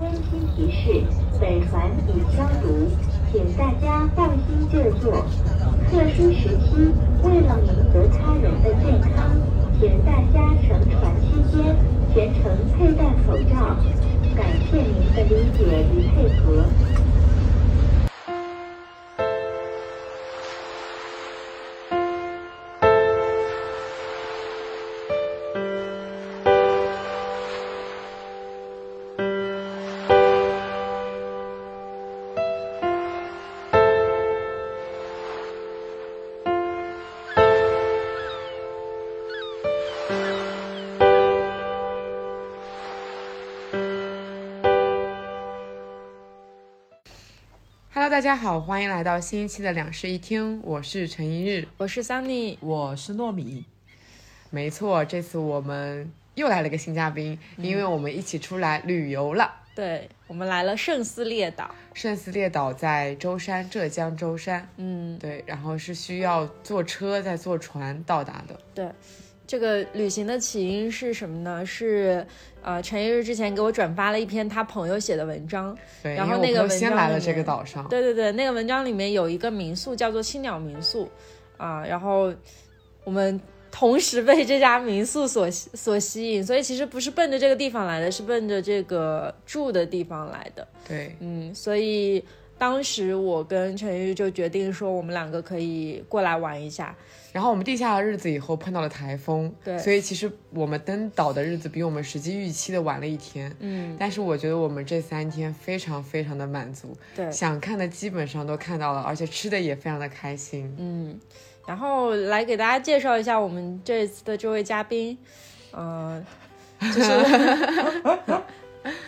心提示：本船已消毒，请大家放心就坐。特殊时期，为了赢得他人的健康，请大家乘船期间全程佩戴口罩。感谢您的理解与配合。 Hello，大家好，欢迎来到新一期的两室一厅，我是陈一日。我是 Sunny，我是糯米，没错，这次我们又来了个新嘉宾，嗯因为我们一起出来旅游了。对我们来了圣斯列岛，圣斯列岛在舟山，浙江舟山，嗯，对，然后是需要坐车再坐船到达的。对，这个旅行的起因是什么呢？是呃，陈一日之前给我转发了一篇他朋友写的文章，对，然后因为我那朋个友先文章来了里这个面岛上，对对对，那个文章里面有一个民宿叫做青鸟民宿，啊、然后我们同时被这家民宿所吸所吸引，所以其实不是奔着这个地方来的，是奔着这个住的地方来的。对，嗯，所以当时我跟陈玉就决定说，我们两个可以过来玩一下。然后我们定下了日子以后碰到了台风，对所以其实我们登岛的日子比我们实际预期的晚了一天。嗯，但是我觉得我们这三天非常非常的满足，对，想看的基本上都看到了，而且吃的也非常的开心。嗯，然后来给大家介绍一下我们这次的这位嘉宾，嗯、就是 我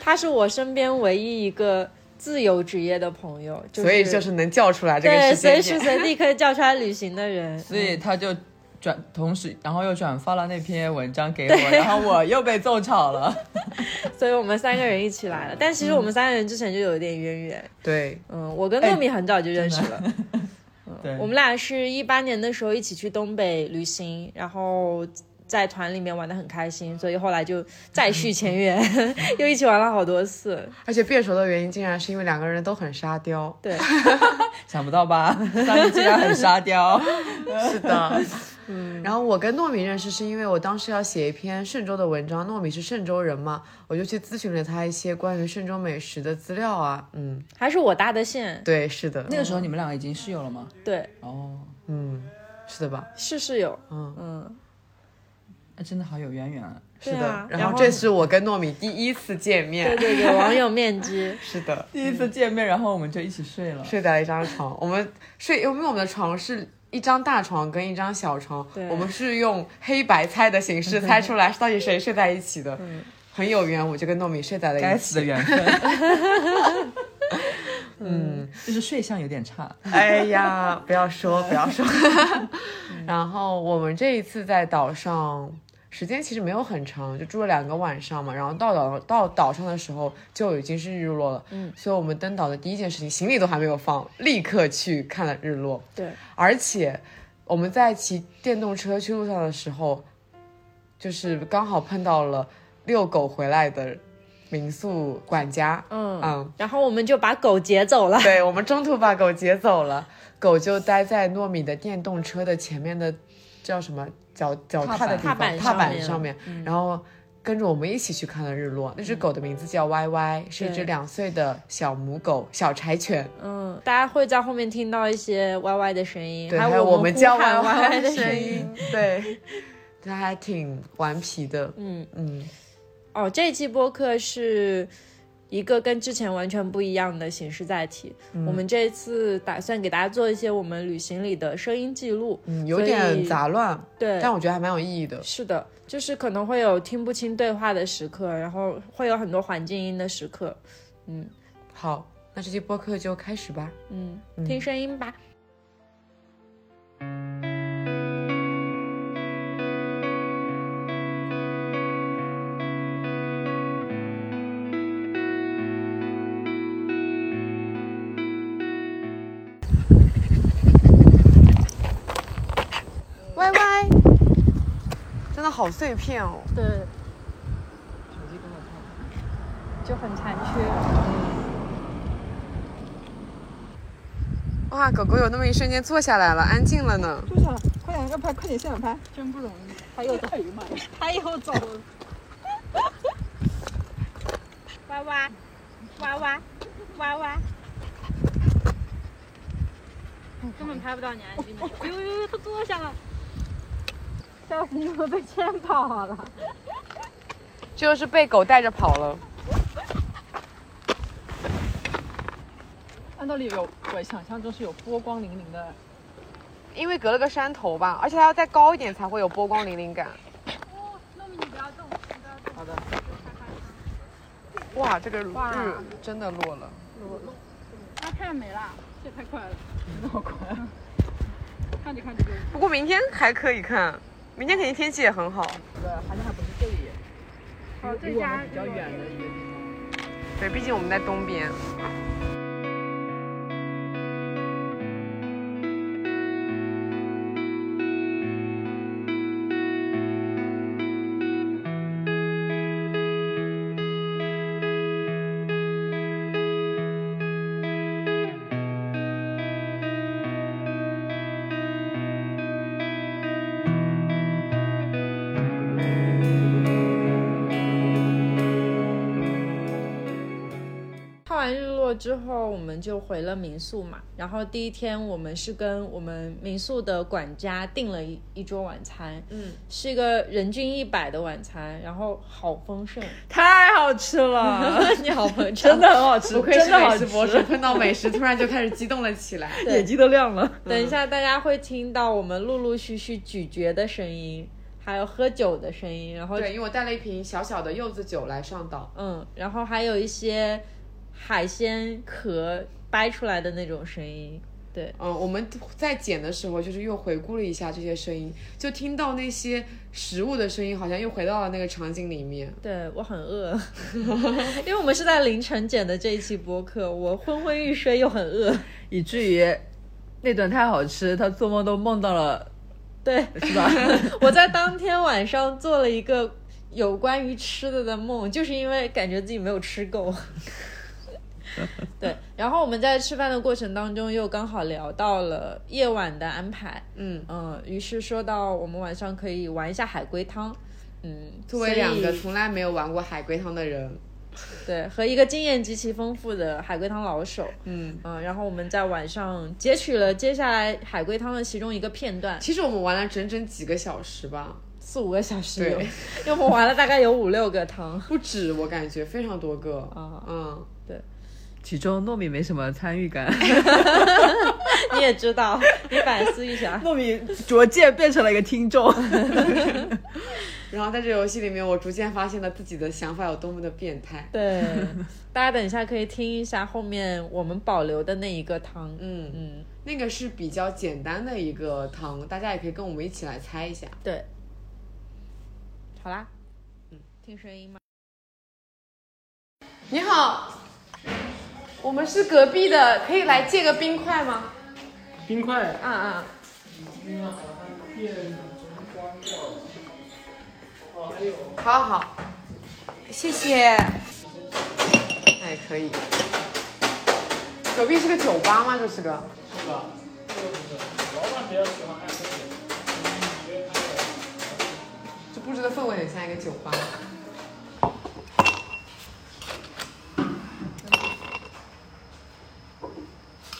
他是我身边唯一一个自由职业的朋友，所以就是能叫出来这个对时间随点时随地可以叫出来旅行的人，嗯 所以他就转，同时然后又转发了那篇文章 给我，然后我又被揍吵了。 所以我们三个人一起来了。但其实我们三个人之前就有一点渊源，对嗯，我跟糯米很早就认识了。对，我们俩是一八年的时候一起去东北旅行，然后在团里面玩的很开心，所以后来就再续前缘，又一起玩了好多次。而且变熟的原因竟然是因为两个人都很沙雕。对，想不到 吧？三竟然很沙雕。是的，嗯。然后我跟糯米认识是因为我当时要写一篇嵊州的文章，糯米是嵊州人嘛，我就去咨询了他一些关于嵊州美食的资料啊。嗯，还是我搭的线，对，是的， 那个时候你们两个已经室友了吗？对，哦，嗯，是的吧？是室友，嗯嗯，那哎真的好有渊源啊。是对的。啊然然后后这是我跟糯米第一次见对面，对对，网友面基，是的。第一次见面，然后我们就一起睡了。睡在了一张 床，我们睡，因为我们的床是一张大床跟一张小床，对我们是用黑白猜的形式猜出来到底谁睡在一起 的，嗯很有缘，我就跟糯米睡在了该一死的起。缘 分，嗯，就是睡相有点差。哎呀，不要说，不要说。 然后我们这一次在岛上。时间其实没有很长，就住了两个晚上嘛。然后到岛到岛上的时候就已经是日落了，嗯，所以我们登岛的第一件事情，行李都还没有放，立刻去看了日落。对，而且我们在骑电动车去路上的时候，就是刚好碰到了遛狗回来的民宿管家。嗯，嗯，然后我们就把狗劫走了，对，我们中途把狗劫走了，狗就待在糯米的电动车的前面的叫什么脚脚踏的地方踏板踏踏板上板面嗯上面，然后。跟着我们一起去看了日落。那只狗的名字叫歪歪，是一只对两岁的小母狗、小柴犬。嗯，大家会在后面听到一些 YY 的声音，对，有有我我们呼叫喊 YY YY 的的声声音，音， 对，它还挺顽皮的，嗯。嗯，哦，这期播客是一个跟之前完全不一样的形式载体。我们这次打算给大家做一些我们旅行里的声音记录。嗯有所点以杂乱，对，但我觉得还蛮有意义的。是的，就是可能会有听不清对话的时刻，然后会有很多环境音的时刻。嗯好，那这期播客就开始吧。嗯，听声音吧。歪 歪，真的好碎片哦。对，就很残缺。嗯哇，狗狗有那么一瞬间坐下来了，安静了呢。坐下了，快点，要拍，快点现场拍，真不容易。他又走，哎呦妈呀，他又走了。哇哇，哇哇，哇哇。根本拍不到你安静的。哎呦呦呦，它坐下了。小你们被牵跑了，这个是被狗带着跑了。按道理有，我想象中是有波光粼粼的。因为隔了个山头吧，而且它要再高一点才会有波光粼粼感。好的，哇，这个日真的落了。啊，太美了，这太快了，好快。看着看着就。不过明天还可以看，明天肯定天气也很好。呃，好像还不是这里，哦，这离我家们比较远的一个地方。对，毕竟我们在东边。看完日落之后，我们就回了民宿嘛。然后第一天，我们是跟我们民宿的管家订了一一桌晚餐，嗯，是一个人均一百的晚餐，然后好丰盛， 太好吃了，你好膨胀，真的很好吃，不愧真是的好美吃食，博主，看到美食突然就开始激动了起 来。眼睛都亮了。等一下，大家会听到我们陆陆续续咀嚼的声音，还有喝酒的声音，然后对，因为我带了一瓶小小的柚子酒来上岛。嗯，然后还有一些海鲜壳掰出来的那种声音。对，嗯，我们在剪的时候，就是又回顾了一下这些声音，就听到那些食物的声音，好像又回到了那个场景里面。对我很 饿，因为我们是在凌晨剪的这一期播客，我昏昏欲睡又很饿。以至于那顿太好吃，他做梦都梦到了，对，是 吧？ 我在当天晚上做了一个有关于吃的的梦，就是因为感觉自己没有吃够。对，然后我们在吃饭的过程当中，又刚好聊到了夜晚的安排，嗯，嗯，于是说到我们晚上可以玩一下海龟汤，嗯，作为两个所以从来没有玩过海龟汤的人，对和一个经验极其丰富的海龟汤老手，嗯，嗯，然后我们在晚上截取了接下来海龟汤的其中一个片段，其实我们玩了整整几个小时吧，四五个小时对有，因为我们玩了大概有五六个汤，不止，我感觉非常多个。啊嗯，其中糯米没什么参与感， 你也知道，你反思一 下。糯米逐渐变成了一个听众。然后在这游戏里面，我逐渐发现了自己的想法有多么的变态。对，大家等一下可以听一下后面我们保留的那一个汤。嗯嗯，嗯，那个是比较简单的一个汤，大家也可以跟我们一起来猜一下。对。好啦，嗯，听声音吗？你好，我们是隔壁的，可以来借个冰块吗？冰块啊啊，好好，谢谢。哎，可以。隔壁是个酒吧吗？这是个。这布置的氛围很像一个酒吧。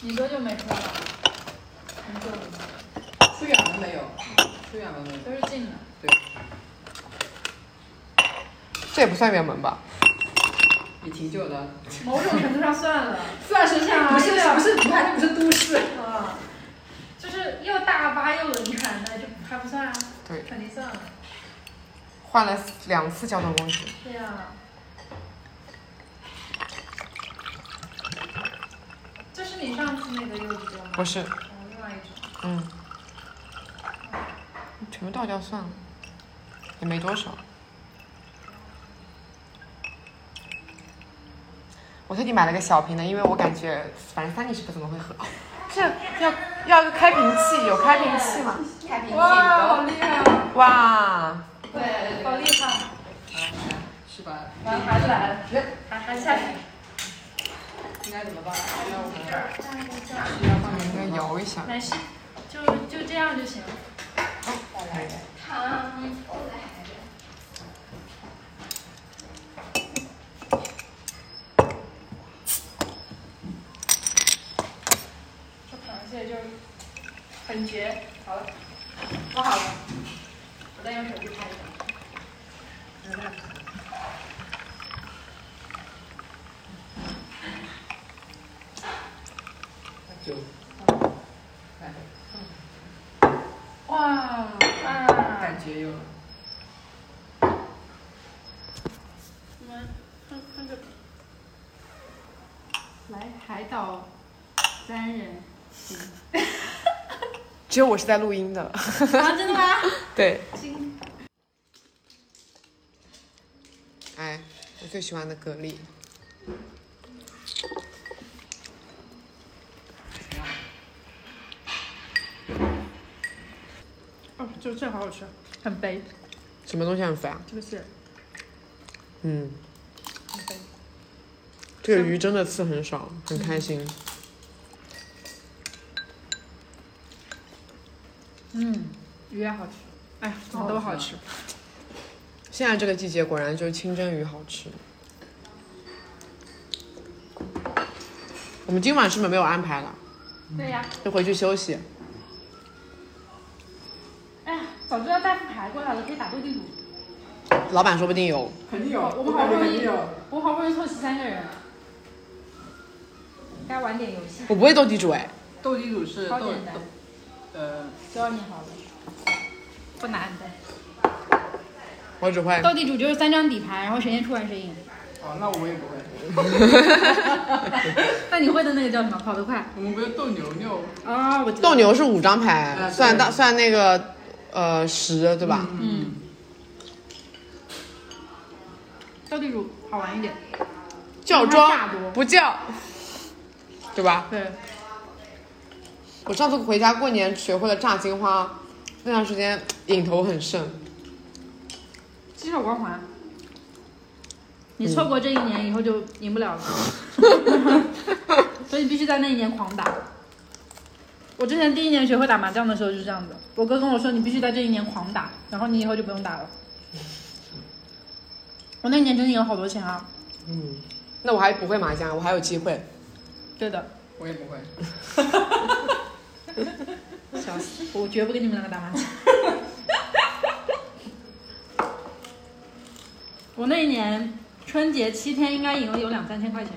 你多久没出来了？出远门没有？出远门没有？都是近的。对。这也不算远门吧？也挺久的。某种程度上算了，算是像不是不是武汉，这不是都市。啊，就是又大巴又轮船的，就还不算啊。对肯定算了。换了两次交通工具。对呀、这是你上次那个柚子酒吗？不是，哦，另外一种。嗯，全部倒掉算了，也没多少。我特地买了个小瓶的，因为我感觉反正三里是不怎么会喝。哦、这要要个开瓶器，有开瓶器吗？哇，好厉害啊！哇，对，好厉害！是吧？完了，孩子来了，人还那下去应该怎么办？需要我们这儿，需要放应该摇一下。没事，就就这样就行了。好，来这螃蟹就是很绝，好了，我好了，我再用手机拍一下。哇哇！感觉有了。你们看看这，来海岛三人行。只有我是在录音的，啊，真的吗？ 对，行。哎，我最喜欢的蛤蜊。哦，就这好好吃，很肥，什么东西很肥啊？这个是嗯，这个鱼真的刺很少，很开心。鱼也好吃，哎呀，怎么都好吃。现在这个季节果然就是清蒸鱼好吃。我们今晚是不是没有安排了？对呀、就回去休息。哎呀，早知道带副牌过来了，可以打斗地主。老板说不定有。肯定有，我们好不容易，我好不容易凑齐三个人了，该玩点游戏。我不会斗地主哎，斗地主是好斗简单斗，呃，教你好了，不难的。我只会。斗地主就是三张底牌，然后谁先出完谁赢。哦，那我也不会。 那你会的那个叫什么？跑得快。我们不是斗牛牛，啊、我知道斗。牛是五张牌，啊算对大算那个呃十对吧？嗯。斗地主好玩一点。叫那它大多庄不叫，对啊吧？对。我上次回家过年学会了炸金花，那段时间瘾头很盛。金手光环。你错过这一年以后就赢不了了，所以必须在那一年狂打。我之前第一年学会打麻将的时候就是这样子，我哥跟我说你必须在这一年狂打，然后你以后就不用打了。我那一年真的赢了好多钱啊！嗯，那我还不会麻将，我还有机会。对的，我也不会。 笑死，我绝不跟你们两个打麻将。 我那一年春节七天应该赢了有两三千块钱，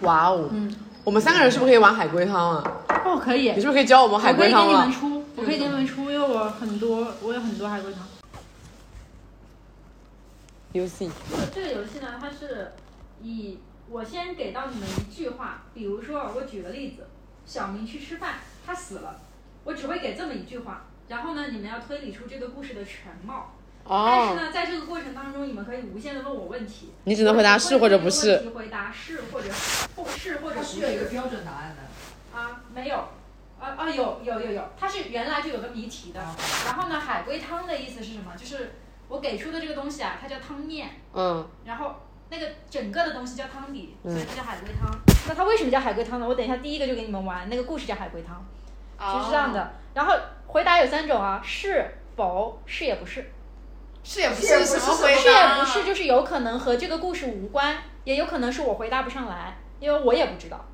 哇哦，嗯，我们三个人是不是可以玩海龟汤啊？哦可以，你是不是可以教我们海龟汤啊我可以给你们了？出，我可以给你们出，因为我很多，我有很多海龟汤。游戏这个游戏呢，它是以我先给到你们一句话，比如说我举个例子，小明去吃饭，他死了，我只会给这么一句话，然后呢，你们要推理出这个故事的全貌。但是哦，呢，在这个过程当中，你们可以无限的问我问题，你只能回答是或者不我是。只会对这个问题回答是或者不是或者需要一个 标准答案的。啊，没有。啊啊有有有有，它是原来就有个谜题的。然后呢，海龟汤的意思是什么？就是我给出的这个东西啊，它叫汤面，嗯，然后那个整个的东西叫汤底，嗯所以它叫海龟汤。那它为什么叫海龟汤呢？我等一下第一个就给你们玩，那个故事叫海龟汤，就是这样的。然后回答有三种啊，是否是也不是，是也不是什么回啊是也不是，就是有可能和这个故事无关，也有可能是我回答不上来，因为我也不知道。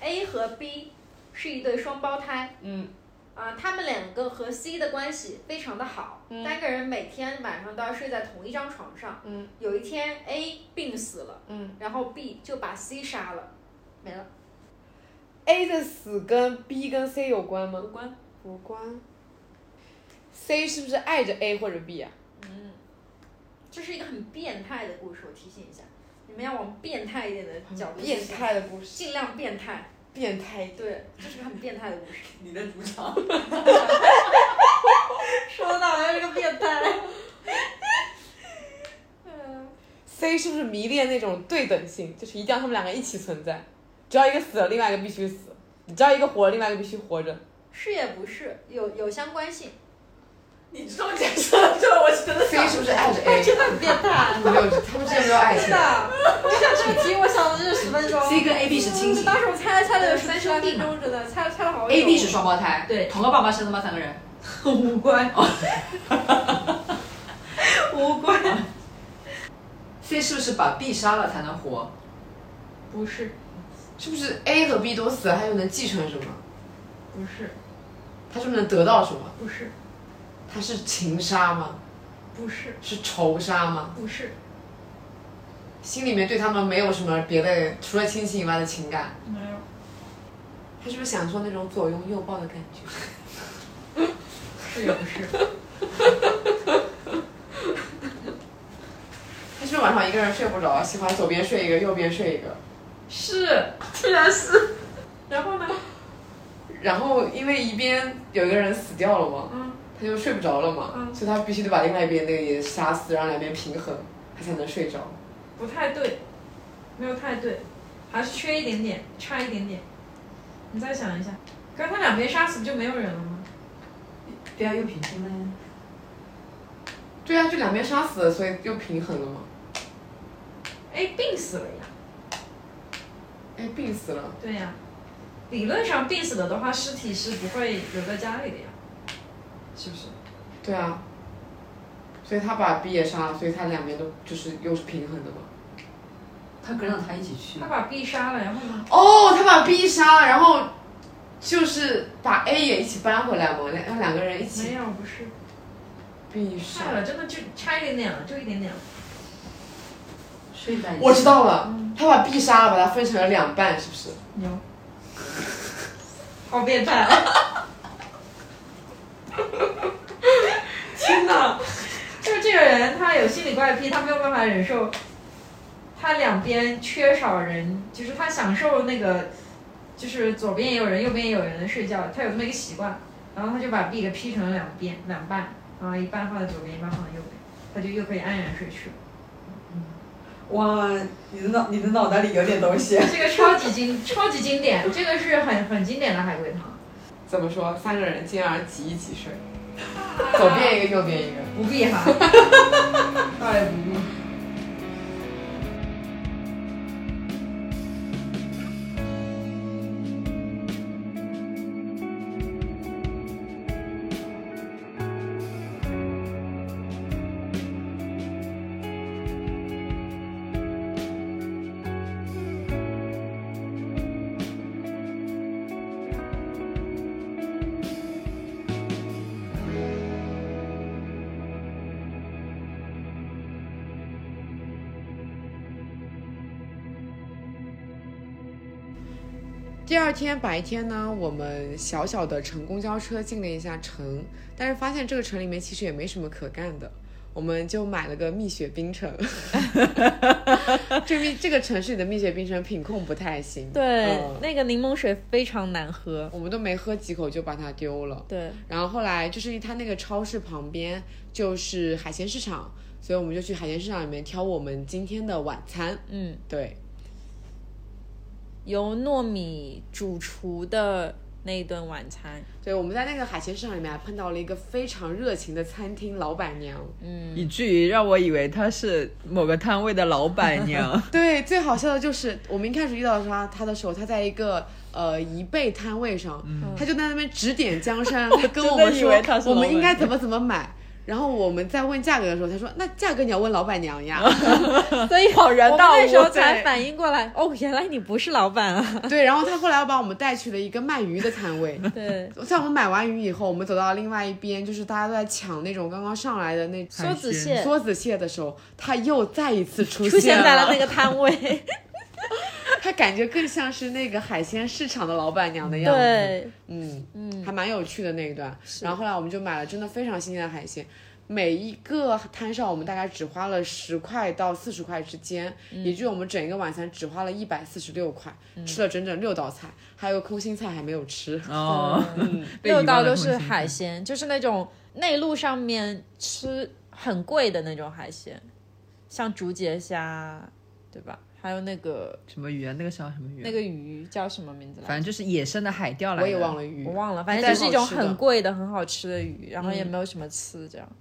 A 和 B 是一对双胞胎，嗯，啊、他们两个和 C 的关系非常的好，三个人每天晚上都要睡在同一张床上。嗯，有一天 A 病死了，嗯，然后 B 就把 C 杀了，没了。 A 的死跟 B 跟 C 有关吗？无关，无关。C 是不是爱着 A 或者 B 啊？嗯，这是一个很变态的故事，我提醒一下，你们要往变态一点的角度嗯去变想，态的故事，尽量变态。变态一点。对，这是个很变态的故 事。你的主场。说到要是个变态。 C 是不是迷恋那种对等性，就是一定要他们两个一起存在，只要一个死了，另外一个必须死；只要一个活了，另外一个必须活着。是也不是，有有相关性。你这么解释了之后，我真的，C 想，是不是爱着哎 A？真的很变态。啊没有，他们之间没有爱真情。的，我想这个题，我想了这十分钟。 C 跟 AB 是亲戚当时我猜了猜了有三十来分钟，真的猜了猜了好久。 ，A B 是双胞胎，对同个爸爸生的吗？三个 人？哦无关，无关， C 是不是把 B 杀了才能活？不是，是不是哎 A 和 B 都死了，他又能继承什么？不是，他是不是能得到什么？不是，他是情杀吗？不是，是仇杀吗？不是，心里面对他们没有什么别的，除了亲情以外的情感。没有，他是不是享受那种左拥右抱的感觉？是也不是， 他是不是晚上一个人睡不着，喜欢左边睡一个，右边睡一个？是，居然是。然后呢？然后因为一边有一个人死掉了嘛，嗯，他就睡不着了嘛，嗯所以他必须得把另外一边那个也杀死，让两边平衡，他才能睡着。不太对，没有太对，还是缺一点点，差一点点。你再想一下，可是他两边杀死不就没有人了吗？对啊，又平均了呀。对啊，就两边杀死了，所以又平衡了嘛。哎，病死了呀。哎，病死了，对呀、理论上病死了的话，尸体是不会留在家里的呀。是不是？对啊，所以他把 B 也杀了，所以他两边都就是又是平衡的嘛。他跟着他一起去他。把 B 杀了，然后呢？哦，他把 B 杀了，然后就是把 A 也一起搬回来嘛，两让两个人一没起有，不是， B 差杀。了，真的就差一点点了，就一点点了。睡在一起。我知道了，他把 B 杀了，把它分成了两半，是不是？牛，好变态啊！ 天哪，就是这个人，他有心理怪癖，他没有办法忍受，他两边缺少人，就是他享受那个，就是左边也有人，右边也有人睡觉，他有这么一个习惯，然后他就把 B 给劈成了两边两半，然后一半放在左边，一半放在右边，他就又可以安然睡去了。哇，你的脑你的脑袋里有点东 西。这个超级经超级经典，这个是很很经典的海龟汤。怎么说？三个人进而挤一挤 睡，左边一个，右边一个。不必哈，倒也不必。第二天白天呢，我们小小的乘公交车进了一下城，但是发现这个城里面其实也没什么可干的，我们就买了个蜜雪冰 城。这蜜这个城市里的蜜雪冰城品控不太行， 对，嗯那个柠檬水非常难喝。我们都没喝几口就把它丢了。对，然后后来就是它那个超市旁边就是海鲜市场，所以我们就去海鲜市场里面挑我们今天的晚餐。嗯，对，由糯米主厨的那一顿晚 餐，对，我们在那个海鲜市场里面还碰到了一个非常热情的餐厅老板娘。以至于让我以为她是某个摊位的老 板娘。对，最好笑的就是我们一开始遇到她她的时候，她在一个呃一贝摊位上，她就在那边指点江山，她跟我们以说为她是我老们板应该娘怎么怎么买。然后我们在问价格的时候，她说：“那价格你要问老板娘呀。”所以恍然大悟我们那时候对才反应过来，哦，原来你不是老板啊。对，然后他后来又把我们带去了一个卖鱼的摊位。对，在我们买完鱼以后，我们走到另外一边，就是大家都在抢那种刚刚上来的那梭子鲜蟹梭子蟹的时候，他又再一次出出现现在了那个摊位。他感觉更像是那个海鲜市场的老板娘的样子。， 对，嗯，嗯，还蛮有趣的那一段。然后后来我们就买了真的非常新鲜的海鲜，每一个摊上我们大概只花了十块到四十块之间，嗯也就是我们整一个晚餐只花了一百四十六块，吃了整整六道菜，还有个空心菜还没有吃。 嗯哦，被遗六忘道都的空是心海鲜，就是那种内陆上面吃很贵的那种海鲜，像竹节虾，对吧？还有那个什么鱼啊？那个叫什么鱼啊？那个鱼叫什么名字来着？反正就是野生的海钓来的。我也忘了鱼我。忘了，反正就是一种很贵的、很好吃的鱼，然后也没有什么刺，这样。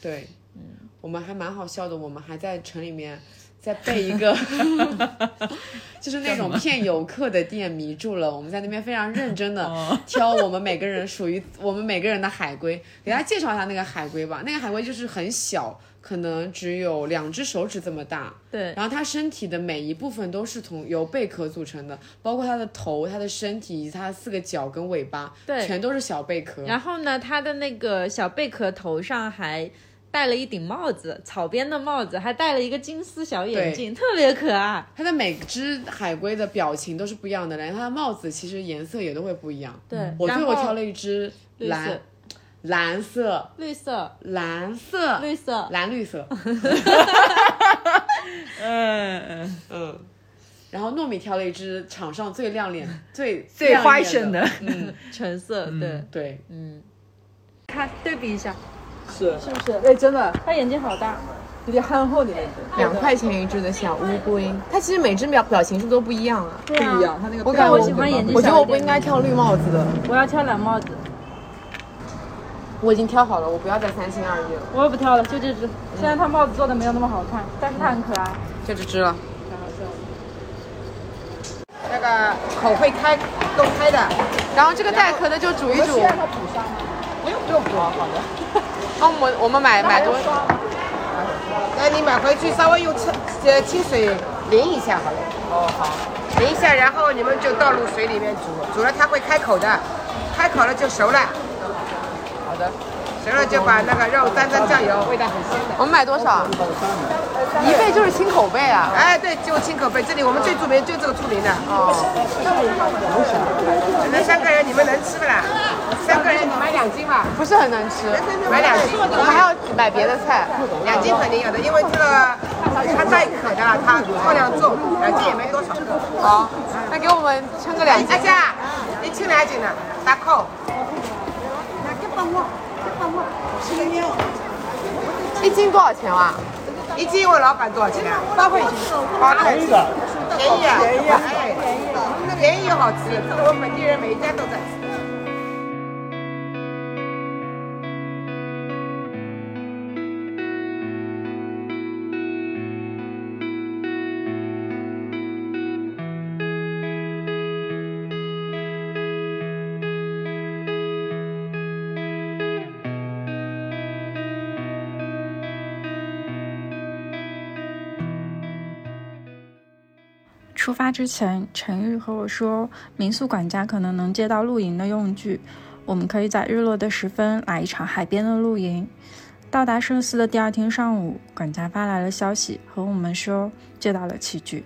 对，嗯我们还蛮好笑的，我们还在城里面在被一 个就是那种骗游客的店迷住了，我们在那边非常认真哦的挑我们每个人属于我们每个人的海龟，给大家介绍一下那个海龟吧。那个海龟就是很小，可能只有两只手指这么大，对，然后它身体的每一部分都是从由贝壳组成的，包括它的头、它的身体以及它的四个脚跟尾巴，对全都是小贝壳。然后呢，它的那个小贝壳头上还戴了一顶帽子，草编的帽子，还戴了一个金丝小眼镜，特别可爱。它的每只海龟的表情都是不一样的，连它的帽子其实颜色也都会不一样。对，我嗯然最后后挑了一只绿色蓝，蓝色，绿色、蓝色，绿色，蓝绿色，嗯，嗯。然后糯米挑了一只场上最亮 脸、最最亮花眼神的，嗯，橙色，对，对，嗯，看对比一下，是是不是？哎，真的，他眼睛好大，有点憨厚，你那只两块钱一只的小乌龟，它其实每只表表情是不是都不一样啊。不一样，他那个我感觉我我喜欢眼睛我觉小得我一不点应该挑绿帽子的，我要挑蓝帽子，我已经挑好了，我不要再三心二意了。我也不挑了，就这只。虽然它帽子做的没有那么好看，但是它很可爱。就这只了。那个口会开，都开的。然后这个带壳的就煮一煮。不用不用不用，好的。哦，我们我们买买多少？那哎你买回去稍微用清呃清水淋一下好了。哦，好。淋一下，然后你们就倒入水里面煮，煮了它会开口的，开口了就熟了。好的。熟了就把那个肉沾沾酱油，味道很鲜的。我们买多少？一倍就是亲口贝啊！哎，对，就亲口贝，这里我们最著名就这个出名的。哦。你们三个人，你们能吃不啦？三个人买两斤吧。不是很能吃，买两斤，我们还要买别的菜。两斤肯定有的，因为这个它带壳的，它重量重，两斤也没多少。好，那给我们称个两斤。大家，你称两斤呢？打扣。一斤多少钱哇、一斤我老板多少钱啊？八块钱。八块钱。便宜啊！便宜啊！哎，那便宜又好吃，这是我们本地人每一家都在吃。出发之前，陈玉和我说，民宿管家可能能借到露营的用具，我们可以在日落的时分来一场海边的露营。到达圣寺的第二天上午，管家发来了消息和我们说借到了器具，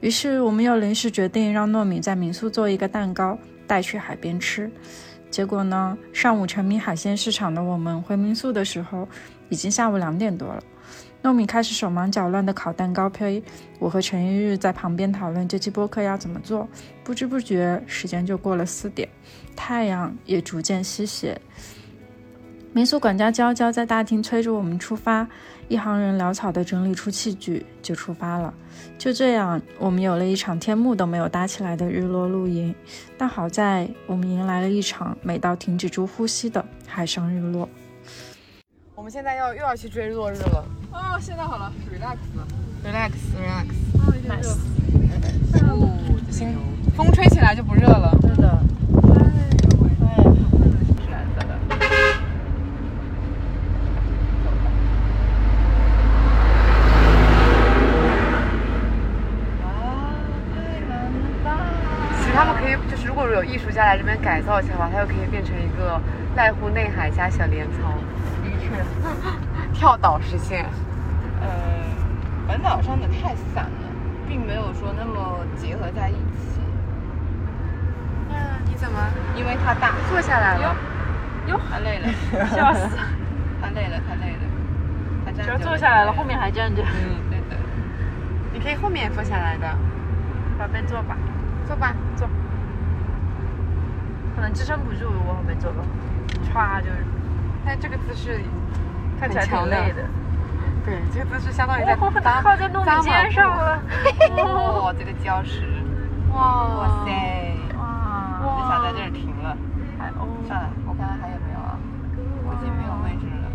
于是我们又临时决定让糯米在民宿做一个蛋糕带去海边吃。结果呢，上午沉迷海鲜市场的我们回民宿的时候，已经下午两点多了。糯米开始手忙脚乱地烤蛋糕胚，我和陈一日在旁边讨论这期播客要怎么做。不知不觉，时间就过了四点，太阳也逐渐西斜。民宿管家娇娇在大厅催着我们出发，一行人潦草地整理出器具，就出发了。就这样，我们有了一场天幕都没有搭起来的日落露营，但好在我们迎来了一场美到停止住呼吸的海上日落。我们现在要又要去追落日了哦，现在好了，relax 了。 ，relax relax，哦，有点热。心风吹起来就不热了。是的。其实他们可以，就是如果有艺术家来这边改造一下的话，它又可以变成一个濑户内海加小镰仓。的确，跳岛实现。呃，本岛上的太散了，并没有说那么结合在一起，那你怎么因为它大。坐下来了？哟，他累 了，笑死！他累了，他累了，他站着。就坐下来了后面还站着。嗯，对的。你可以后面坐下来的。宝贝，坐吧，坐吧，坐。可能支撑不住，我后面坐吧。歘，就是但这个姿势看起来很强挺的累的。对，这个姿势相当于在搭靠在糯米尖上了。哇，哦这个礁石，哇哇塞，哇，我想在这儿停了。还哦上来，我看看还有没有啊？估计没有位置了。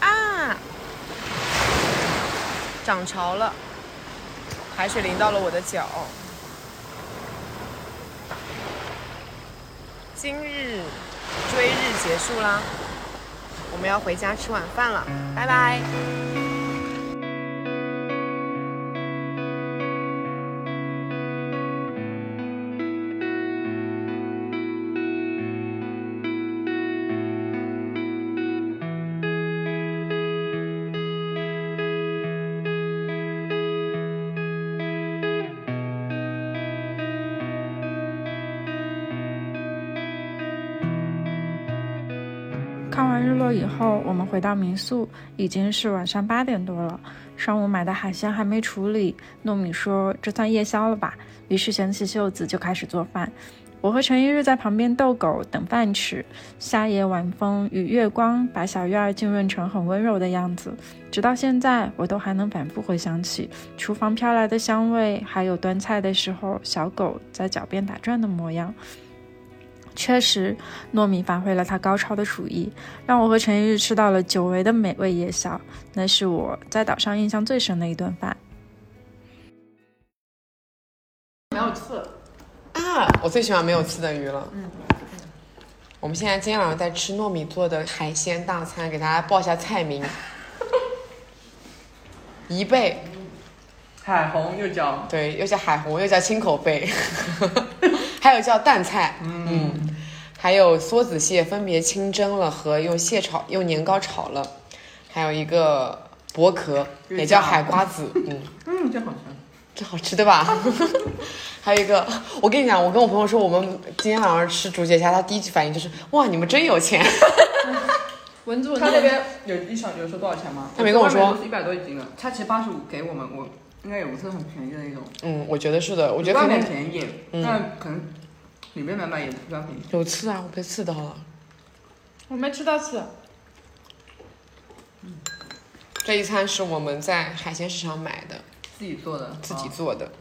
啊！涨潮了，海水淋到了我的脚。今日追日结束啦，我们要回家吃晚饭了，拜拜。看完日落以后，我们回到民宿，已经是晚上八点多了。上午买的海鲜还没处理，糯米说这算夜宵了吧？于是卷起袖子就开始做饭。我和陈一日在旁边逗狗等饭吃。夏夜晚风与月光把小院儿浸润成很温柔的样子，直到现在我都还能反复回想起厨房飘来的香味，还有端菜的时候小狗在脚边打转的模样。确实，糯米发挥了他高超的厨艺，让我和陈一日吃到了久违的美味夜宵。那是我在岛上印象最深的一顿饭。没有刺。啊！我最喜欢没有刺的鱼了。嗯，我们现在今天晚上在吃糯米做的海鲜大餐，给大家报一下菜名： 贻贝、彩虹又叫对，又叫海虹，又叫青口贝， 还有叫淡菜，嗯，还有梭子蟹，分别清蒸了和用蟹炒、用年糕炒了，还有一个薄壳，又也叫叫海瓜子，嗯。嗯，这好吃。这好吃对吧？ 还有一个，我跟你讲，我跟我朋友说，我们今天晚上吃竹节虾，他第一反应就是哇，你们真有钱。 文字他那边有一场有说多少钱吗？他没跟我说一百多一斤了，他其实八十五给我们，我应该也不是很便宜的那种。嗯，我觉得是的，我觉得外可面能便宜，嗯但可能里面买买也不算便宜。有刺啊，我被刺到了。我没吃到刺。嗯这一餐是我们在海鲜市场买的，自己做的，啊自己做哦的，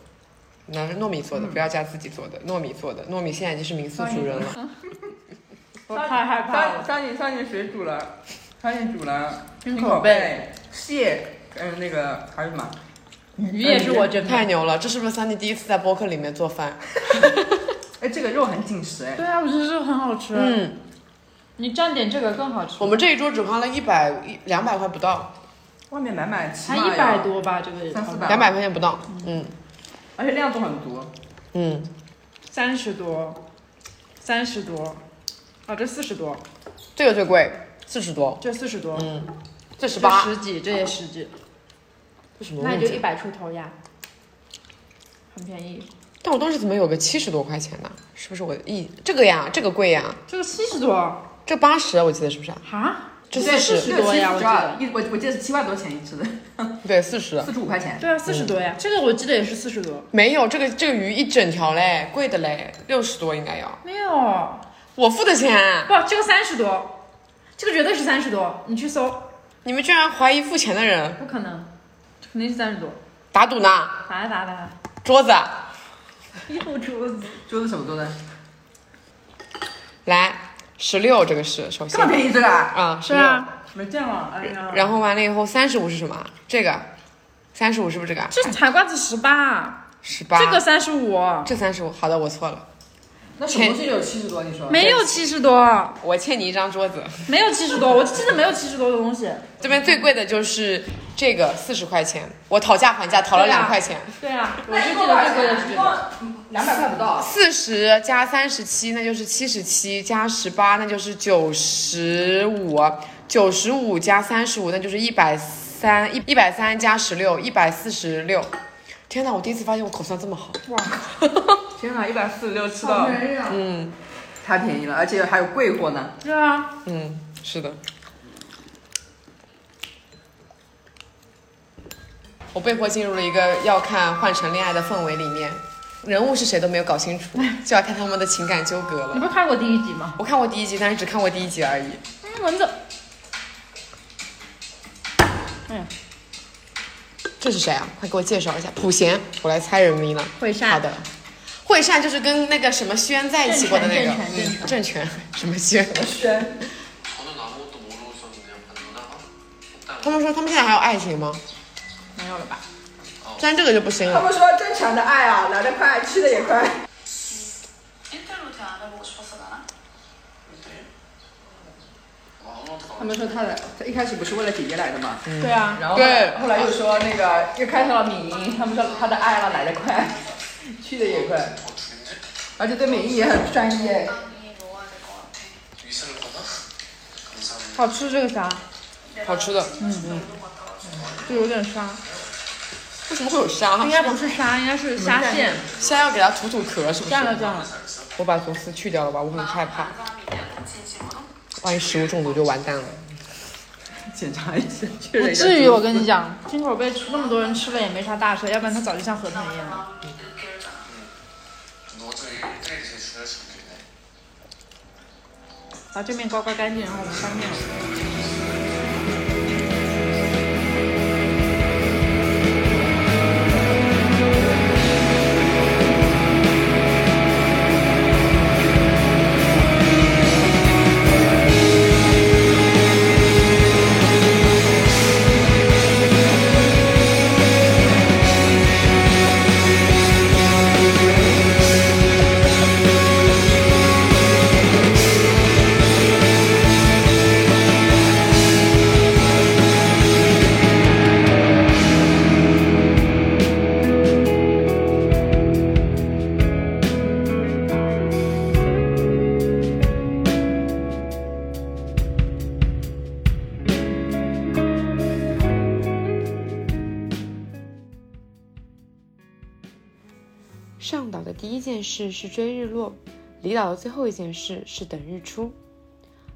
那是糯米嗯做的，不要加自己做的，糯米做的。糯米现在已经是民宿主人嗯了。我太害怕了上上你上你水煮了，上你煮了，青口口贝、蟹，嗯，那个还有什么？鱼也是我蒸的太牛了！这是不是三弟第一次在播客里面做饭？哎，这个肉很紧实哎。对啊，我觉得这个很好吃。嗯，你蘸点这个更好吃。我们这一桌只花了一百一两百块不到，外面买买起才码一百要多吧，这个三四百，两百块钱不到。嗯而且量都很足。嗯，三十多，三十多，啊，这四十多，这个最贵，四十多。这四十多，嗯，这十这八，十几，这也十几，这什么那问也就题一？百出头呀，很便宜。但我当时怎么有个七十多块钱呢？是不是我一这个呀？这个贵呀？这个七十多，这八十我记得是不是啊？啊？这对40这个多呀70我记抓一我我记得是七万多钱一只的， 对，四十。四十五块钱。对啊，四十多呀，这个我记得也是四十多。没有这个这个鱼一整条嘞，贵的嘞，六十多应该要。没有，我付的钱，不，这个三十多，这个绝对是三十多，你去搜，你们居然怀疑付钱的人，不可能，这肯定是三十多，打赌呢？打呀打呀打呀，桌子，又桌子，桌子什么桌子？来十六这个是首先这么便宜这个啊啊，是十六。啊，没见过，哎呀，然后完了以后三十五是什么？这个三十五是不是这个？啊这海瓜子十八，十八。这个三十五，这三十五，好的，我错了，那什么东西有七十多？你说没有七十多，我欠你一张桌子。没有七十多，我记得没有七十多的东西。这边最贵的就是这个四十块钱，我讨价还价讨了对啊两块钱，对啊，我那就一记共得多最少贵的钱啊是这一个。共两百块不到。四十加三十七那就是七十七，加十八那就是九十五，九十五加三十五那就是一百三，一一百三加十六一百四十六，天哪，我第一次发现我口算这么好。哇，天啊哪，一百四十六吃到，好便宜啊嗯，太便宜了，而且还有贵货呢。对啊，嗯，是的。我被迫进入了一个要看换乘恋爱的氛围里面，人物是谁都没有搞清 楚，就要看他们的情感纠葛了。你不是看过第一集吗？我看过第一集，但是只看过第一集而已。嗯，蚊子，哎这是谁啊？快给我介绍一下。普贤，我来猜人名了。惠善。好的。惠善就是跟那个什么轩在一起过的那个郑权郑权嗯郑权 什么轩？轩。他们说他们现在还有爱情吗？没有了吧？但这个就不行他了们。说正常的爱啊，来得快，去得也快。他们说他来，他一开始不是为了姐姐来的吗？对啊然后对后来又说那个又看上了敏英，他们说他的爱了来得快，去的也快，而且对敏英也很专业。好吃这个啥？好吃的，嗯嗯，就有点沙，为什么会有沙？应该不是沙，应该是沙县。虾要给它吐吐壳，是不是？蘸了蘸了。我把螺丝去掉了吧，我很害怕，万一食物中毒就完蛋了。检查一下，确不至于，我跟你讲，金口贝吃那么多人吃了也没啥大事，要不然它早就像河豚一样了。把这面刮刮干净，然后我们翻面了。上岛的第一件事是追日落，离岛的最后一件事是等日出。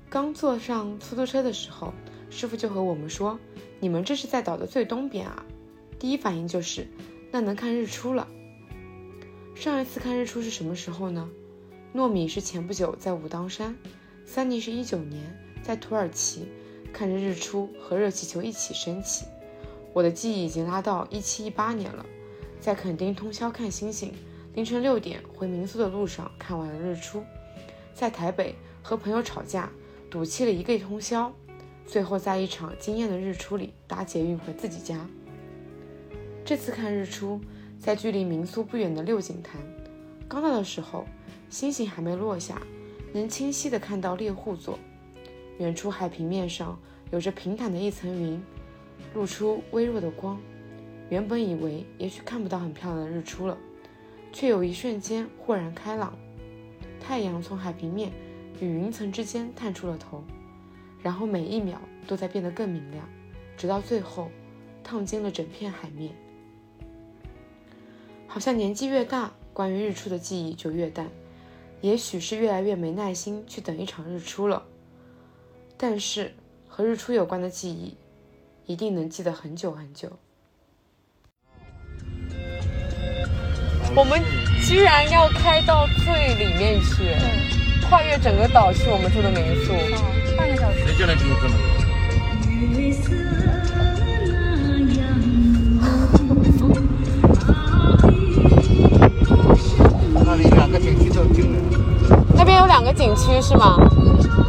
刚坐上出租车的时候，师傅就和我们说：“你们这是在岛的最东边啊！”第一反应就是，那能看日出了。上一次看日出是什么时候呢？糯米是前不久在武当山，三妮是一九年在土耳其看着日出和热气球一起升起。我的记忆已经拉到一七一八年了。在垦丁通宵看星星，凌晨六点回民宿的路上看完了日出，在台北和朋友吵架，赌气了一个通宵，最后在一场惊艳的日出里搭捷运回自己家。这次看日出，在距离民宿不远的六景潭，刚到的时候，星星还没落下，能清晰地看到猎户座，远处海平面上有着平坦的一层云，露出微弱的光。原本以为也许看不到很漂亮的日出了，却有一瞬间豁然开朗。太阳从海平面与云层之间探出了头，然后每一秒都在变得更明亮，直到最后，烫金了整片海面。好像年纪越大，关于日出的记忆就越淡，也许是越来越没耐心去等一场日出了。但是和日出有关的记忆，一定能记得很久很久。我们居然要开到最里面去，跨越整个岛去我们住的民宿，半个小时。谁进来听歌呢？那里两个景区就进了，那边有两个景区是吗？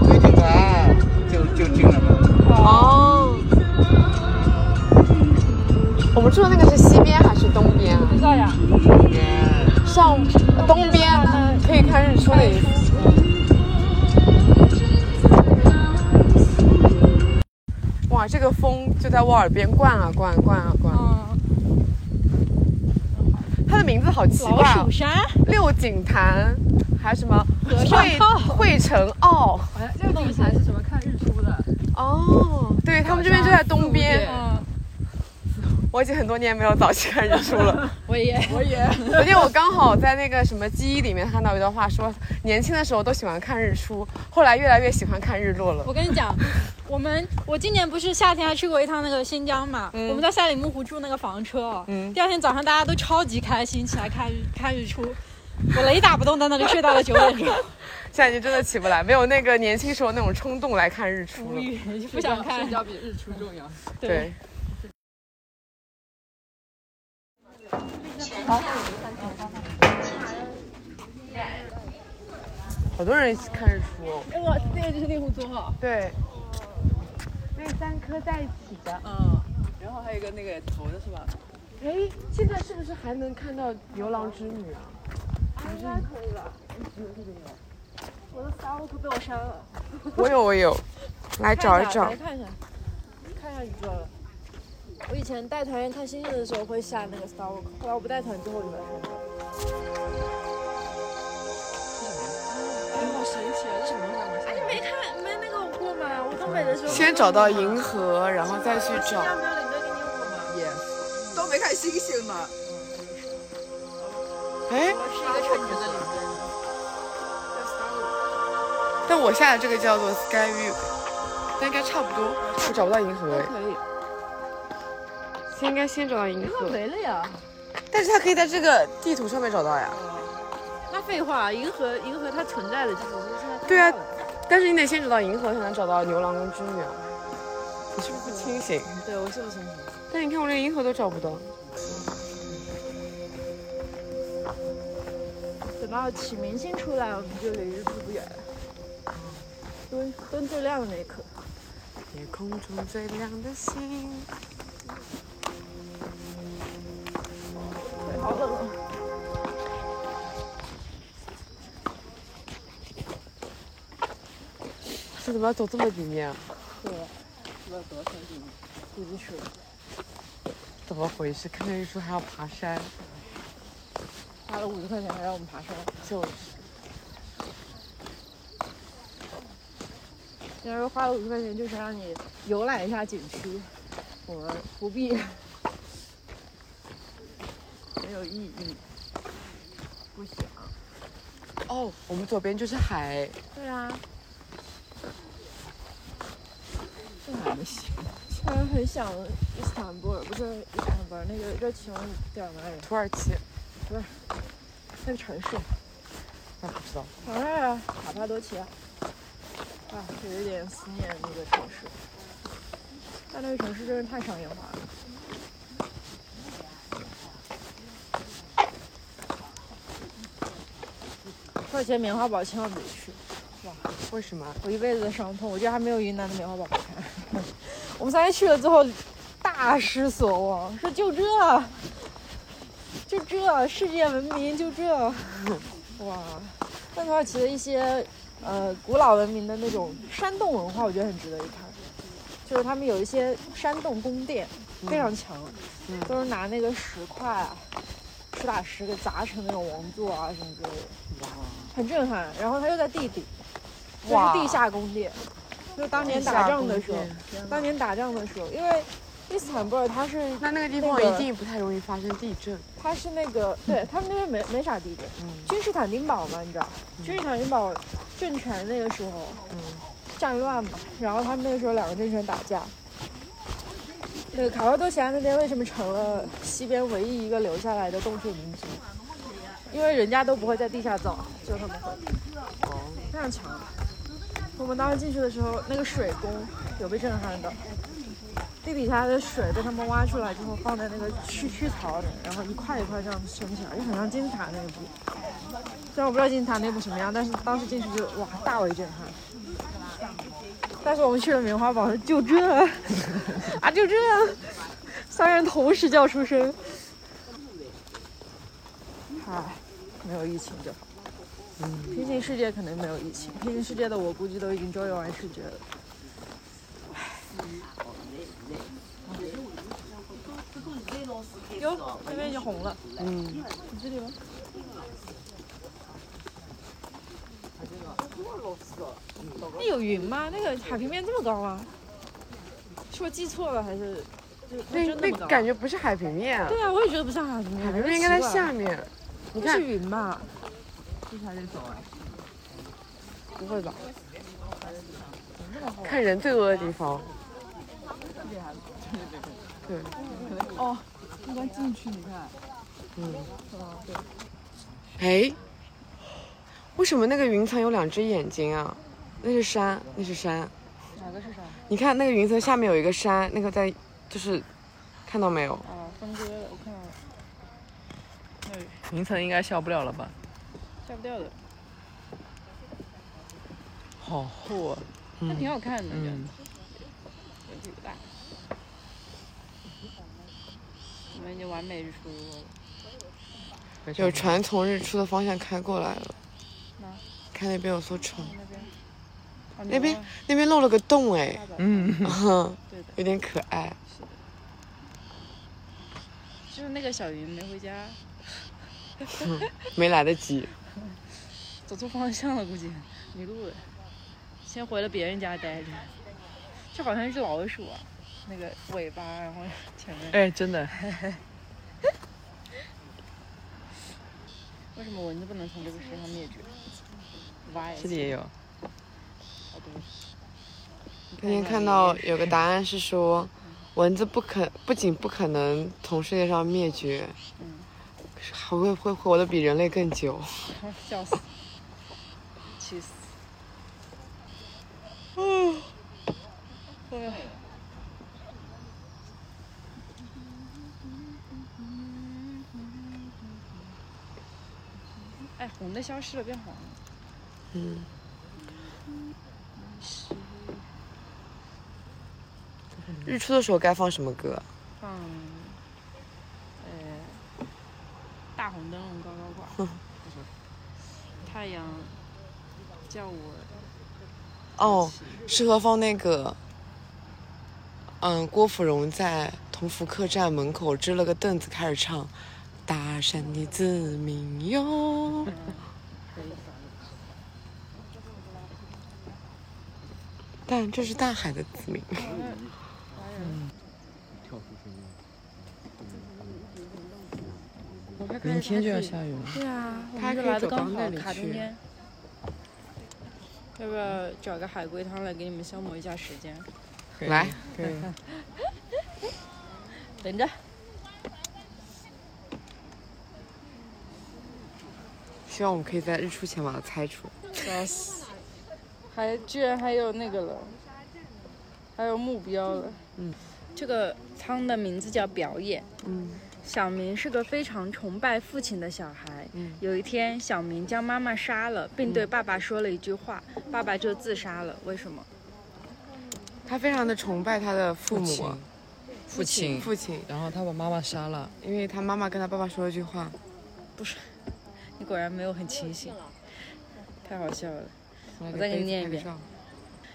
最近来就就进了嘛。哦。我们住的那个是西边还是东边啊？不知道呀。上东边啊可以看日出的意思。哇，这个风就在我耳边灌啊灌，灌啊灌。它的名字好奇怪、啊。老鼠山、六景潭，还有什么和尚惠坳惠城坳。六景潭是什么看日出的？哦，对他们这边就在东边。嗯我已经很多年没有早起看日出 了。我也，我也。昨天我刚好在那个什么记忆里面看到一段话说，年轻的时候都喜欢看日出，后来越来越喜欢看日落了。我跟你 讲，我们我今年不是夏天还去过一趟那个新疆嘛，嗯我们在赛里木湖住那个房车哦，嗯第二天早上大家都超级开心，起来看日看日出，我雷打不动在那里睡到了九点钟，现在已经真的起不来，没有那个年轻时候那种冲动来看日出了。不想看睡觉比日出重要。对，好多人看日出哦。我哎那个就是令狐宗哈，对，那三颗在一起的，嗯，然后还有一个那个头的是吧？哎，现在是不是还能看到牛郎织女啊？应该可以吧？我的 Starbook 被我删了，我有哎我有，来找一找来。 看一下，看上宇宙了。我以前带团员看星星的时候会下那个 Star Walk，后来我不带团之后就没看过。哎，好神奇啊！这什么东西？哎，你没看，没那个过吗？我东北的时候先找到银河，然后再去找。都没看星星呢。哎，我是一个称职的女人。但我下的这个叫做 Sky View，但应该差不多。我找不到银河哎，可以，先应该先找到银那河，没了呀。但是它可以在这个地图上面找到呀。那废话，银河银河它存在的就只是现在看不到了。对啊，但是你得先找到银河才能找到牛郎跟织女啊。你是不是不清醒？对，我是不清醒。但你看我连银河都找不到。等到启明星出来，我们就离日出不远了。蹲蹲最亮的那一刻，夜空中最亮的星。好冷啊！这怎么要走这么里面啊？对，不知道多少天地，地不熟。怎么回事？看日出还要爬山，花了五十块钱还让我们爬山，就是。人家说花了五十块钱就是让你游览一下景区，我们不 必，没有意义，不想。哦，我们左边就是海，对啊，这还没行。突然很想伊斯坦布尔，不是伊斯坦布尔那个热气球叫什么来着？土耳其，不是那个城市，那不知道。好像是卡帕多奇亚。啊，有一点思念那个城市，但那个城市真是太商业化了。土耳其的棉花堡千万别去，哇！为什么？我一辈子的伤痛，我觉得还没有云南的棉花堡好看。我们三个去了之后，大失所望，说就这，就这世界文明就这，哇！但土耳其的一些呃古老文明的那种山洞文化，我觉得很值得一看。就是他们有一些山洞宫殿非常强，都是拿那个石块啊、石打石给砸成那种王座啊什么之类的，很震撼。然后它又在地底，这哇是地下宫殿，就当年打仗的时候地下宫殿，当年打仗的时候，因为伊斯坦布尔它是那那个地方一定不太容易发生地震。它是那个，对他们那边没没啥地震，君士坦丁堡嘛，你知道，君士坦丁堡政权那个时候，战乱嘛，然后他们那个时候两个政权打架，那个卡帕多奇亚那边为什么成了西边唯一一个留下来的洞穴民族？因为人家都不会在地下造，就他们会，非常强。我们当时进去的时候，那个水宫有被震撼到，地底下的水被他们挖出来之后，放在那个蛆蛆槽里，然后一块一块这样升起来，就很像金字塔那一步。虽然我不知道金字塔内部什么样，但是当时进去就哇大为震撼。但是我们去了棉花堡，就这啊，就这，三人同时叫出声。唉，没有疫情就好。平行世界可能没有疫情，平行世界的我估计都已经周游完世界了。哟，那边已经红了。嗯，你这里吗？啊那有云吗？那个海平面这么高吗？是我记错了还是？就那真的那不高感觉不是海平面。对啊，我也觉得不像海平面，海平觉得面应该在奇怪下面。你那看是云吧？这还得走啊？不会吧？看人最多的地方。对，哦，应该进去，你看。嗯。哦，对。哎，为什么那个云层有两只眼睛啊？那是山，那是山。哪个是啥？你看那个云层下面有一个山，那个在就是，看到没有？啊，分割的，我看到了。那云层应该消不了了吧？下不掉的，好厚啊！那挺好看的，这嗯，问题不大。我们已经完美日出了。有船从日出的方向开过来了，嗯哪？哦看那边有艘船，那边。啊那边那边漏了个洞哎，嗯， 对的有点可爱。就是那个小云没回家，嗯没来得及，走错方向了，估计迷路了，先回了别人家待着。这好像是老鼠啊，那个尾巴，然后前面。哎，真的，为什么蚊子不能从这个身上灭绝？挖呀这里也有。好多。那天看到有个答案是嗯说，蚊子不可不仅不可能从世界上灭绝，嗯还会会活得比人类更久。笑死，气死。嗯，哎呦，哎，红的消失了，变黄了。嗯，嗯日出的时候该放什么歌？啊嗯放，呃，大红灯笼高 高挂，太阳叫我，哦，适合放那个，嗯，郭芙蓉在同福客栈门口支了个凳子开始唱《大山的子民哟》。但这是大海的子民。明天就要下雨了。对啊，我它们这可以来的走到刚那好，里卡中去间。要不要找个海龟汤来给你们消磨一下时间？可以来可以 等着。希望我们可以在日出前把它猜出。笑死！还居然还有那个了，还有目标了。嗯，这个仓的名字叫表演。嗯，小明是个非常崇拜父亲的小孩。嗯有一天，小明将妈妈杀了，并对爸爸说了一句话，爸爸就自杀了。为什么？他非常的崇拜他的父母啊，父亲，父亲，然后他把妈妈杀了。因为他妈妈跟他爸爸说了一句话，不是，你果然没有很清醒，太好笑了。来我给再给杯你子念一拍个遍照。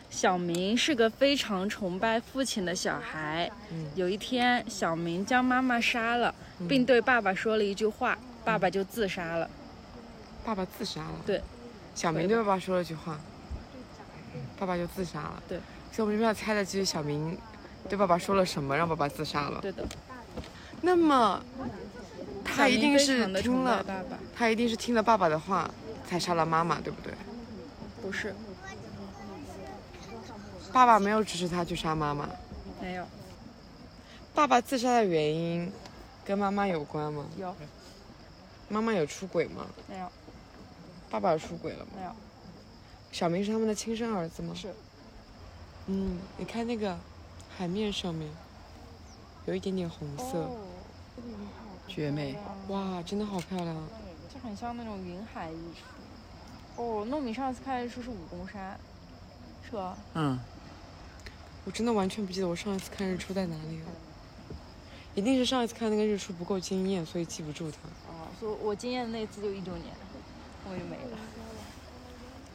小明是个非常崇拜父亲的小孩。有一天，小明将妈妈杀了，并对爸爸说了一句话，爸爸就自杀了。爸爸自杀了。对，小明对爸爸说了一句话，爸爸就自杀了。对，所以我们这边要猜的就是小明对爸爸说了什么，让爸爸自杀了。对的。那么他一定小是明非常地听崇拜了爸爸，他一定是听了爸爸的话才杀了妈妈，对不对？不是，爸爸没有指使他去杀妈妈。没有，爸爸自杀的原因跟妈妈有关吗？有。妈妈有出轨吗？没有，爸爸有出轨了吗？没有。小明是他们的亲生儿子吗？是。嗯，你看那个海面上面有一点点红色，哦绝美。哇，真的好漂亮。就很像那种云海日出。哦，糯米上次看日出是武功山，是吧？嗯，我真的完全不记得我上一次看日出在哪里了，一定是上一次看那个日出不够惊艳，所以记不住它。哦，所以我经验那次就一九年，我就没了，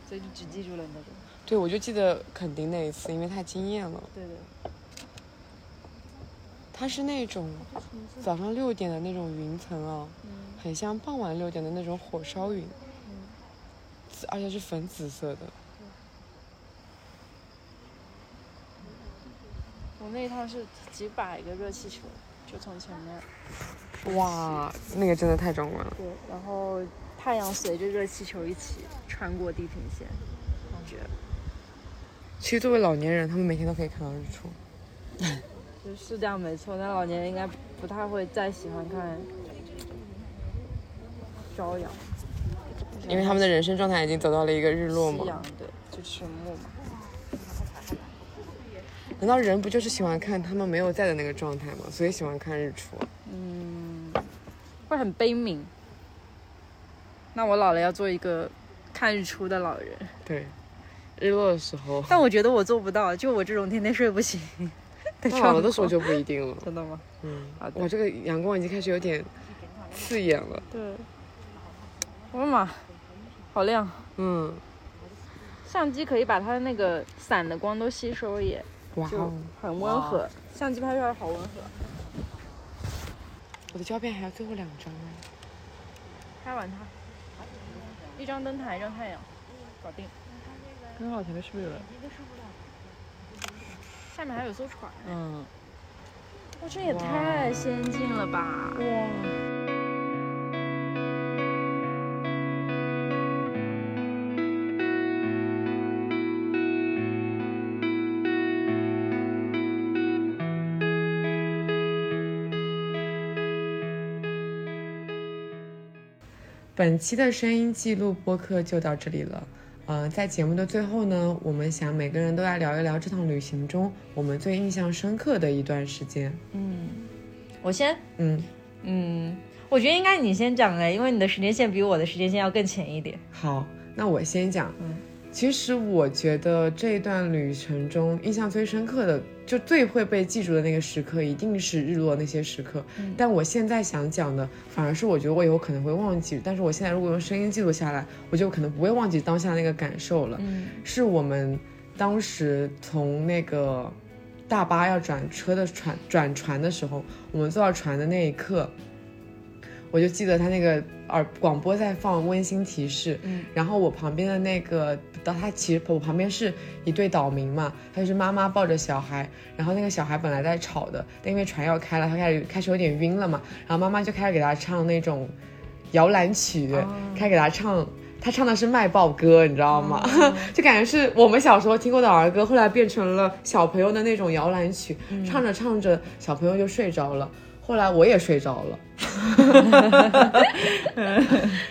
所以就只记住了那个。对，我就记得垦丁那一次，因为太惊艳了。对的。它是那种早上六点的那种云层啊，很像傍晚六点的那种火烧云，紫而且是粉紫色的。我那一趟是几百个热气球，就从前面。哇，那个真的太壮观了。对，然后太阳随着热气球一起穿过地平线，感觉其实作为老年人，他们每天都可以看到日出。就是这样没错。但老年人应该不太会再喜欢看朝阳，因为他们的人生状态已经走到了一个日落夕阳嘛。对，就迟暮嘛。难道人不就是喜欢看他们没有在的那个状态吗？所以喜欢看日出啊。嗯，会很悲悯。那我老了要做一个看日出的老人，对，日落的时候。但我觉得我做不到，就我这种天天睡不醒 的老了的状时候况。就不一定了。 真的吗？嗯，好的我这个阳光已经开始有点刺眼了。对，我的妈，好亮！嗯，相机可以把它那个散的光都吸收耶，哇就哦，很温和。相机拍出来好温和。我的胶片还有最后两张呢。拍完它，一张灯塔，一张太阳，搞定。刚好前面是不是有人？下面还有艘船，嗯，哇，这也太先进了吧！哇，本期的声音记录播客就到这里了。呃，在节目的最后呢，我们想每个人都来聊一聊这趟旅行中我们最印象深刻的一段时间。嗯，我先，嗯，嗯，我觉得应该你先讲哎，因为你的时间线比我的时间线要更前一点。好，那我先讲。嗯其实我觉得这段旅程中印象最深刻的，就最会被记住的那个时刻，一定是日落那些时刻。嗯但我现在想讲的，反而是我觉得我以后可能会忘记，但是我现在如果用声音记录下来，我就可能不会忘记当下那个感受了。嗯是我们当时从那个大巴要转车的船转船的时候，我们坐到船的那一刻，我就记得他那个耳广播在放温馨提示，嗯然后我旁边的那个，到他其实我旁边是一对岛民嘛，他就是妈妈抱着小孩，然后那个小孩本来在吵的，但因为船要开了，他开始开始有点晕了嘛，然后妈妈就开始给他唱那种摇篮曲，哦开始给他唱。他唱的是卖报歌，你知道吗？哦 就感觉是我们小时候听过的儿歌，后来变成了小朋友的那种摇篮曲，嗯唱着唱着小朋友就睡着了，后来我也睡着了。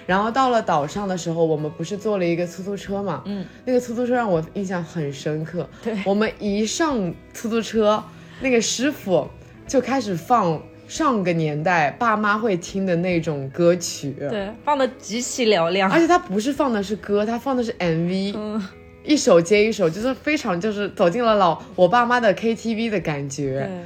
然后到了岛上的时候，我们不是坐了一个出租车嘛？嗯，那个出租车让我印象很深刻。对，我们一上出租车，那个师傅就开始放上个年代爸妈会听的那种歌曲。对，放的极其嘹亮，而且他不是放的是歌，他放的是 MV，、一嗯首接一首，就是非常就是走进了老我爸妈的 KTV 的感觉。对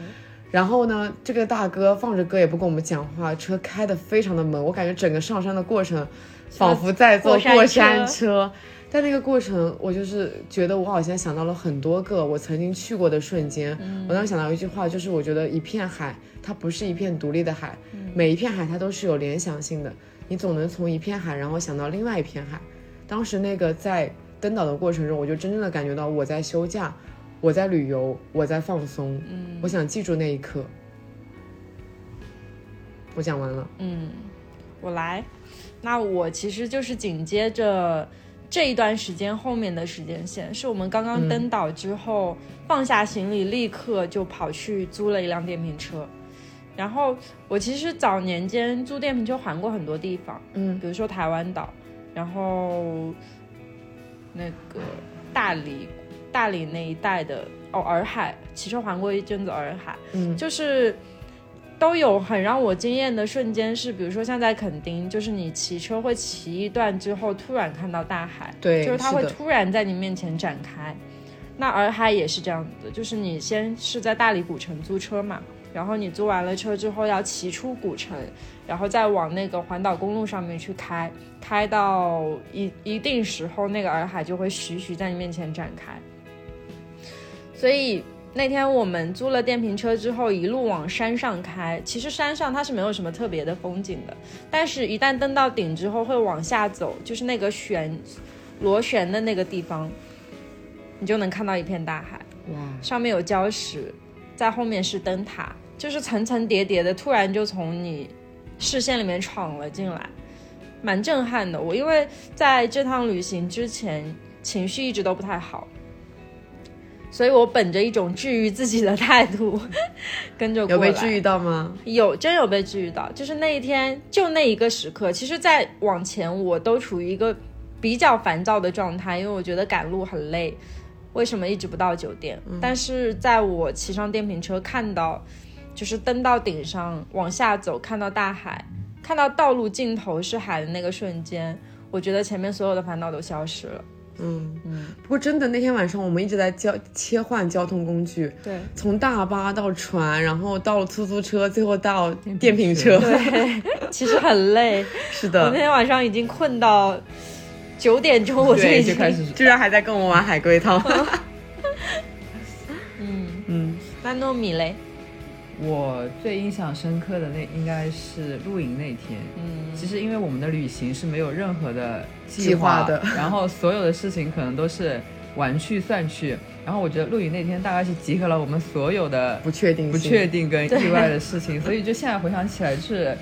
然后呢，这个大哥放着歌也不跟我们讲话，车开得非常的猛，我感觉整个上山的过程，仿佛在坐过山车过山 车。在那个过程，我就是觉得我好像想到了很多个我曾经去过的瞬间。嗯我当时想到一句话，就是我觉得一片海，它不是一片独立的海，嗯每一片海它都是有联想性的，你总能从一片海然后想到另外一片海。当时那个在登岛的过程中，我就真正的感觉到我在休假，我在旅游，我在放松。嗯我想记住那一刻。我讲完了。嗯，我来。那我其实就是紧接着这一段时间后面的时间线，是我们刚刚嗯登岛之后、放下行李，立刻就跑去租了一辆电瓶车。然后我其实早年间租电瓶车环过很多地方，嗯，比如说台湾岛，然后那个大理，大理那一带的哦洱海，骑车环过一阵子洱海，嗯就是 都有很让我惊艳的瞬间是，比如说像在垦丁，就是你骑车会骑一段之后，突然看到大海，对就是它是会的突然在你面前展开。那洱海也是这样子的，就是你先是在大理古城租车嘛，然后你租完了车之后要骑出古城，然后再往那个环岛公路上面去开，开到一一定时候，那个洱海就会徐徐在你面前展开。所以那天我们租了电瓶车之后，一路往山上开。其实山上它是没有什么特别的风景的，但是一旦登到顶之后，会往下走，就是那个旋螺旋的那个地方，你就能看到一片大海，哇，上面有礁石，在后面是灯塔，就是层层叠叠的，突然就从你视线里面闯了进来，蛮震撼的。我因为在这趟旅行之前情绪一直都不太好， 所以我本着一种治愈自己的态度 跟着过有来。被治愈到吗？有真有被治愈到，就是那一天就那一个时刻。其实再往前，我都处于一个比较烦躁的状态，因为我觉得赶路很累，为什么一直不到酒店？嗯但是在我骑上电瓶车，看到就是登到顶上往下走，看到大海，看到道路尽头是海的那个瞬间，我觉得前面所有的烦恼都消失了。嗯嗯。不过真的那天晚上我们一直在交切换交通工具，对，从大巴到船，然后到了出租车，最后到电瓶车。对，其实很累。 是的我那天晚上已经困到九点钟，我就对已就经开始，居然还在跟我玩海龟汤。嗯，嗯，那糯米嘞？我最印象深刻的那应该是露营那天。嗯，其实因为我们的旅行是没有任何的 计划划的然后所有的事情可能都是玩去算去。然后我觉得露营那天大概是集合了我们所有的不确定性不确定跟意外的事情，所以就现在回想起来是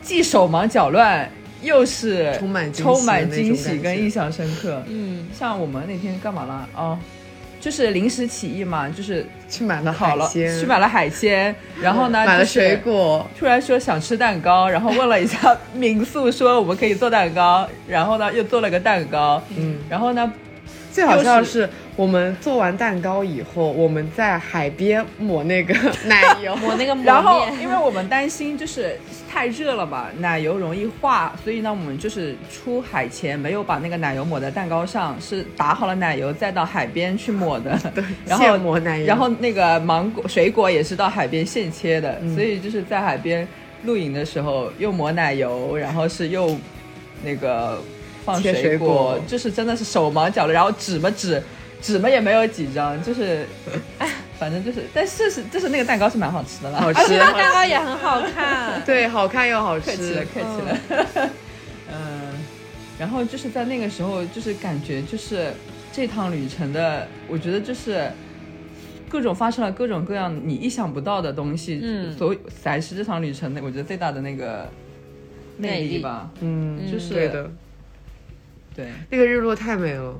既手忙脚乱，又是充满惊喜的充满那种惊喜感觉跟印象深刻。嗯，像我们那天干嘛啦？哦，就是临时起意嘛，就是去买了好了，海鲜去买了海 鲜，然后呢买了就是水果，突然说想吃蛋糕，然后问了一下民宿，说我们可以做蛋糕，然后呢又做了个蛋糕，嗯，然后呢最好笑又的是，我们做完蛋糕以后，我们在海边抹那个奶油，然后因为我们担心就是太热了嘛，奶油容易化，所以呢，我们就是出海前没有把那个奶油抹在蛋糕上，是打好了奶油再到海边去抹的。对，然后现磨奶油然后那个芒果水果也是到海边现切的，嗯所以就是在海边露营的时候又抹奶油，然后是又那个放切水果果，就是真的是手忙脚乱，然后指嘛指，指嘛也没有几张，就是，哎反正就是，但是是就是那个蛋糕是蛮好吃的啦，啊好吃而且 那蛋糕也很好看对，好看又好吃，客气了客气了， 嗯，然后就是在那个时候，就是感觉就是这趟旅程的，我觉得就是。各种发生了各种各样你意想不到的东西，嗯所以才是这场旅程的我觉得最大的那个魅力吧。嗯，就是对的，对，那个日落太美了，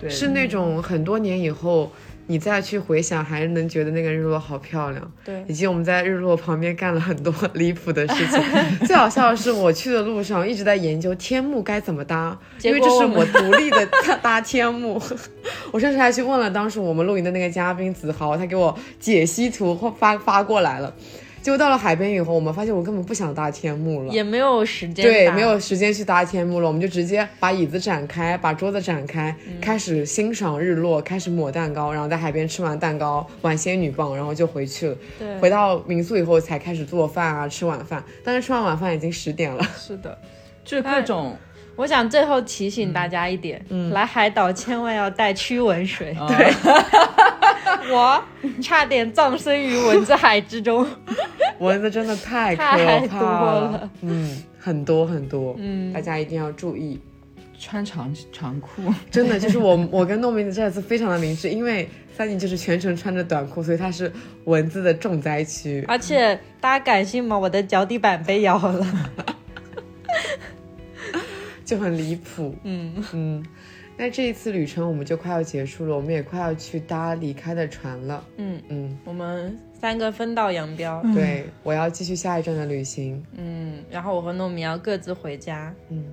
对是那种很多年以后你再去回想，还能觉得那个日落好漂亮。对以及我们在日落旁边干了很多离谱的事 情。最好笑的是，我去的路上一直在研究天幕该怎么搭，结因果为这是我我们独立的搭搭天 幕。我甚至还去问了当时我们露营的那个嘉宾子豪，他给我解析图或发发过来了。结果到了海边以后，我们发现我根本不想搭天幕了，也没有时间对，打没有时间去搭天幕了，我们就直接把椅子展开，把桌子展开，开始欣赏日落，开始抹蛋糕，然后在海边吃完蛋糕，玩仙女棒，然后就回去了。对回到民宿以后才开始做饭啊，吃晚饭。但是吃完晚饭已经十点了。 是的，就是各种。我想最后提醒大家一点，来海岛千万要带驱蚊水。对， 我差点葬身于蚊子海之中。蚊子真的太可 太怕多了嗯，很多很多，嗯大家一定要注意。穿长长裤，真的就是我， 我跟糯米的这次非常的明智，因为三妮就是全程穿着短裤，所以她是蚊子的重灾区。而且大家敢信吗？我的脚底板被咬了。就很离谱。嗯嗯，那这一次旅程我们就快要结束了，我们也快要去搭离开的船了。嗯嗯， 我们三个分道扬镳。对，我要继续下一站的旅行。嗯，然后我和糯米要各自回家。嗯，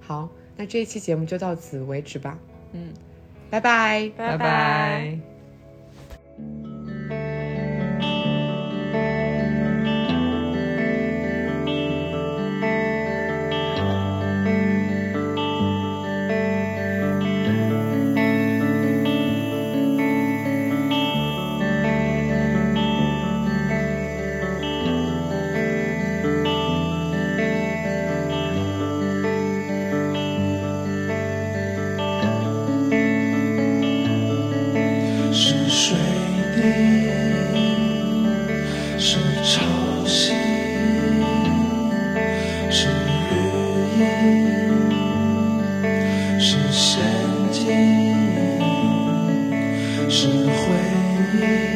好，那这一期节目就到此为止吧。嗯，拜拜，拜拜。是水滴，是潮汐，是日影，是仙境，是回忆。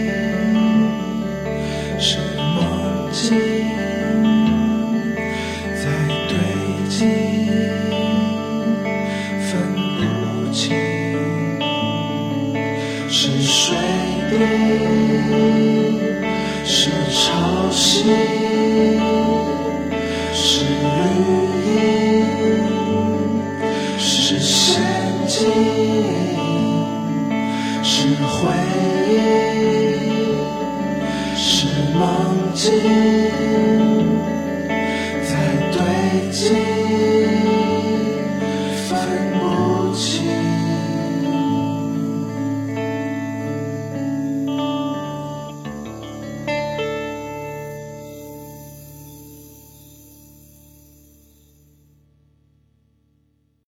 回忆，是潮汐，是绿意，是仙境，是回忆，是梦境。